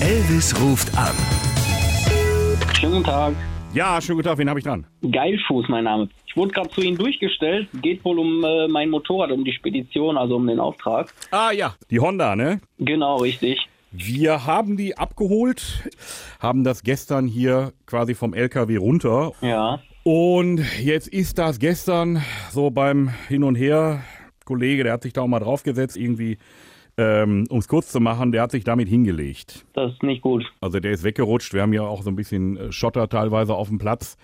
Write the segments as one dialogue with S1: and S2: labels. S1: Elvis ruft an.
S2: Schönen guten Tag.
S3: Ja, schönen guten Tag, wen habe ich dran?
S2: Geilfuß, mein Name. Ich wurde gerade zu Ihnen durchgestellt. Geht wohl um äh, mein Motorrad, um die Spedition, also um den Auftrag.
S3: Ah ja. Die Honda, ne?
S2: Genau, richtig.
S3: Wir haben die abgeholt, haben das gestern hier quasi vom LKW runter.
S2: Ja.
S3: Und jetzt ist das gestern so beim Hin und Her. Kollege, der hat sich da auch mal draufgesetzt, irgendwie, ähm, um es kurz zu machen, der hat sich damit hingelegt.
S2: Das ist nicht gut.
S3: Also der ist weggerutscht. Wir haben ja auch so ein bisschen äh, Schotter teilweise auf dem Platz.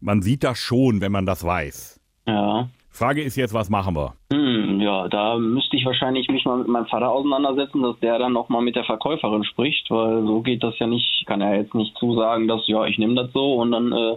S3: Man sieht das schon, wenn man das weiß.
S2: Ja.
S3: Frage ist jetzt, was machen wir?
S2: Hm, ja, da müsste ich wahrscheinlich mich mal mit meinem Vater auseinandersetzen, dass der dann nochmal mit der Verkäuferin spricht, weil so geht das ja nicht. Kann er jetzt nicht zusagen, dass ja, ich nehme das so und dann äh,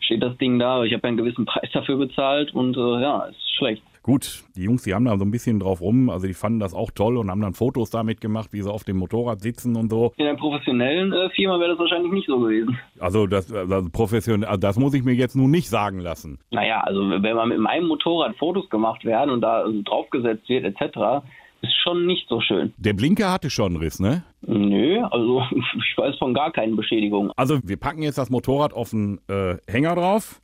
S2: steht das Ding da. Ich habe ja einen gewissen Preis dafür bezahlt und äh, ja, ist schlecht.
S3: Gut, die Jungs, die haben da so ein bisschen drauf rum. Also die fanden das auch toll und haben dann Fotos damit gemacht, wie sie auf dem Motorrad sitzen und so.
S2: In einer professionellen äh, Firma wäre das wahrscheinlich nicht so gewesen.
S3: Also das, also professionell, also das muss ich mir jetzt nun nicht sagen lassen.
S2: Naja, also wenn man mit meinem Motorrad Fotos gemacht werden und da also, draufgesetzt wird etc., ist schon nicht so schön.
S3: Der Blinker hatte schon einen Riss, ne?
S2: Nö, also ich weiß von gar keinen Beschädigungen.
S3: Also wir packen jetzt das Motorrad auf den äh, Hänger drauf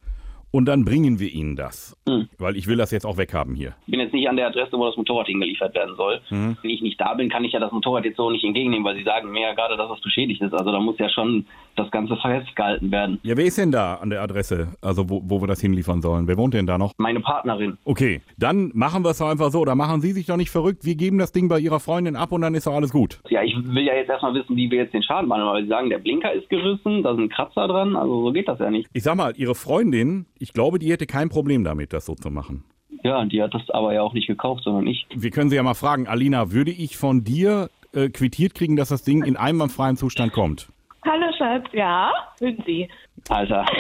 S3: und dann bringen wir ihnen das.
S2: Hm.
S3: Weil ich will das jetzt auch weghaben hier.
S2: Ich bin jetzt nicht an der Adresse, wo das Motorrad hingeliefert werden soll. Wenn ich nicht da bin, kann ich ja das Motorrad jetzt so nicht entgegennehmen, weil sie sagen mir ja gerade, dass das beschädigt ist. Also da muss ja schon das Ganze festgehalten werden.
S3: Ja, wer ist denn da an der Adresse, also wo, wo wir das hinliefern sollen? Wer wohnt denn da noch?
S2: Meine Partnerin.
S3: Okay, dann machen wir es doch einfach so. Da machen Sie sich doch nicht verrückt. Wir geben das Ding bei Ihrer Freundin ab und dann ist doch alles gut.
S2: Ja, ich will ja jetzt erstmal wissen, wie wir jetzt den Schaden machen, weil sie sagen, der Blinker ist gerissen, da sind Kratzer dran, also so geht das ja nicht.
S3: Ich sag mal, Ihre Freundin, ich glaube, die hätte kein Problem damit, das so zu machen.
S2: Ja, die hat das aber ja auch nicht gekauft, sondern ich.
S3: Wir können Sie ja mal fragen, Alina, würde ich von dir äh, quittiert kriegen, dass das Ding in einwandfreien Zustand kommt?
S4: Hallo Schatz, ja, würden Sie.
S2: Alter. Also.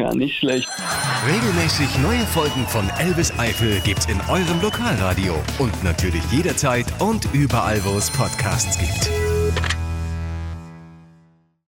S2: ja, nicht schlecht.
S1: Regelmäßig neue Folgen von Elvis Eifel gibt's in eurem Lokalradio und natürlich jederzeit und überall, wo es Podcasts gibt.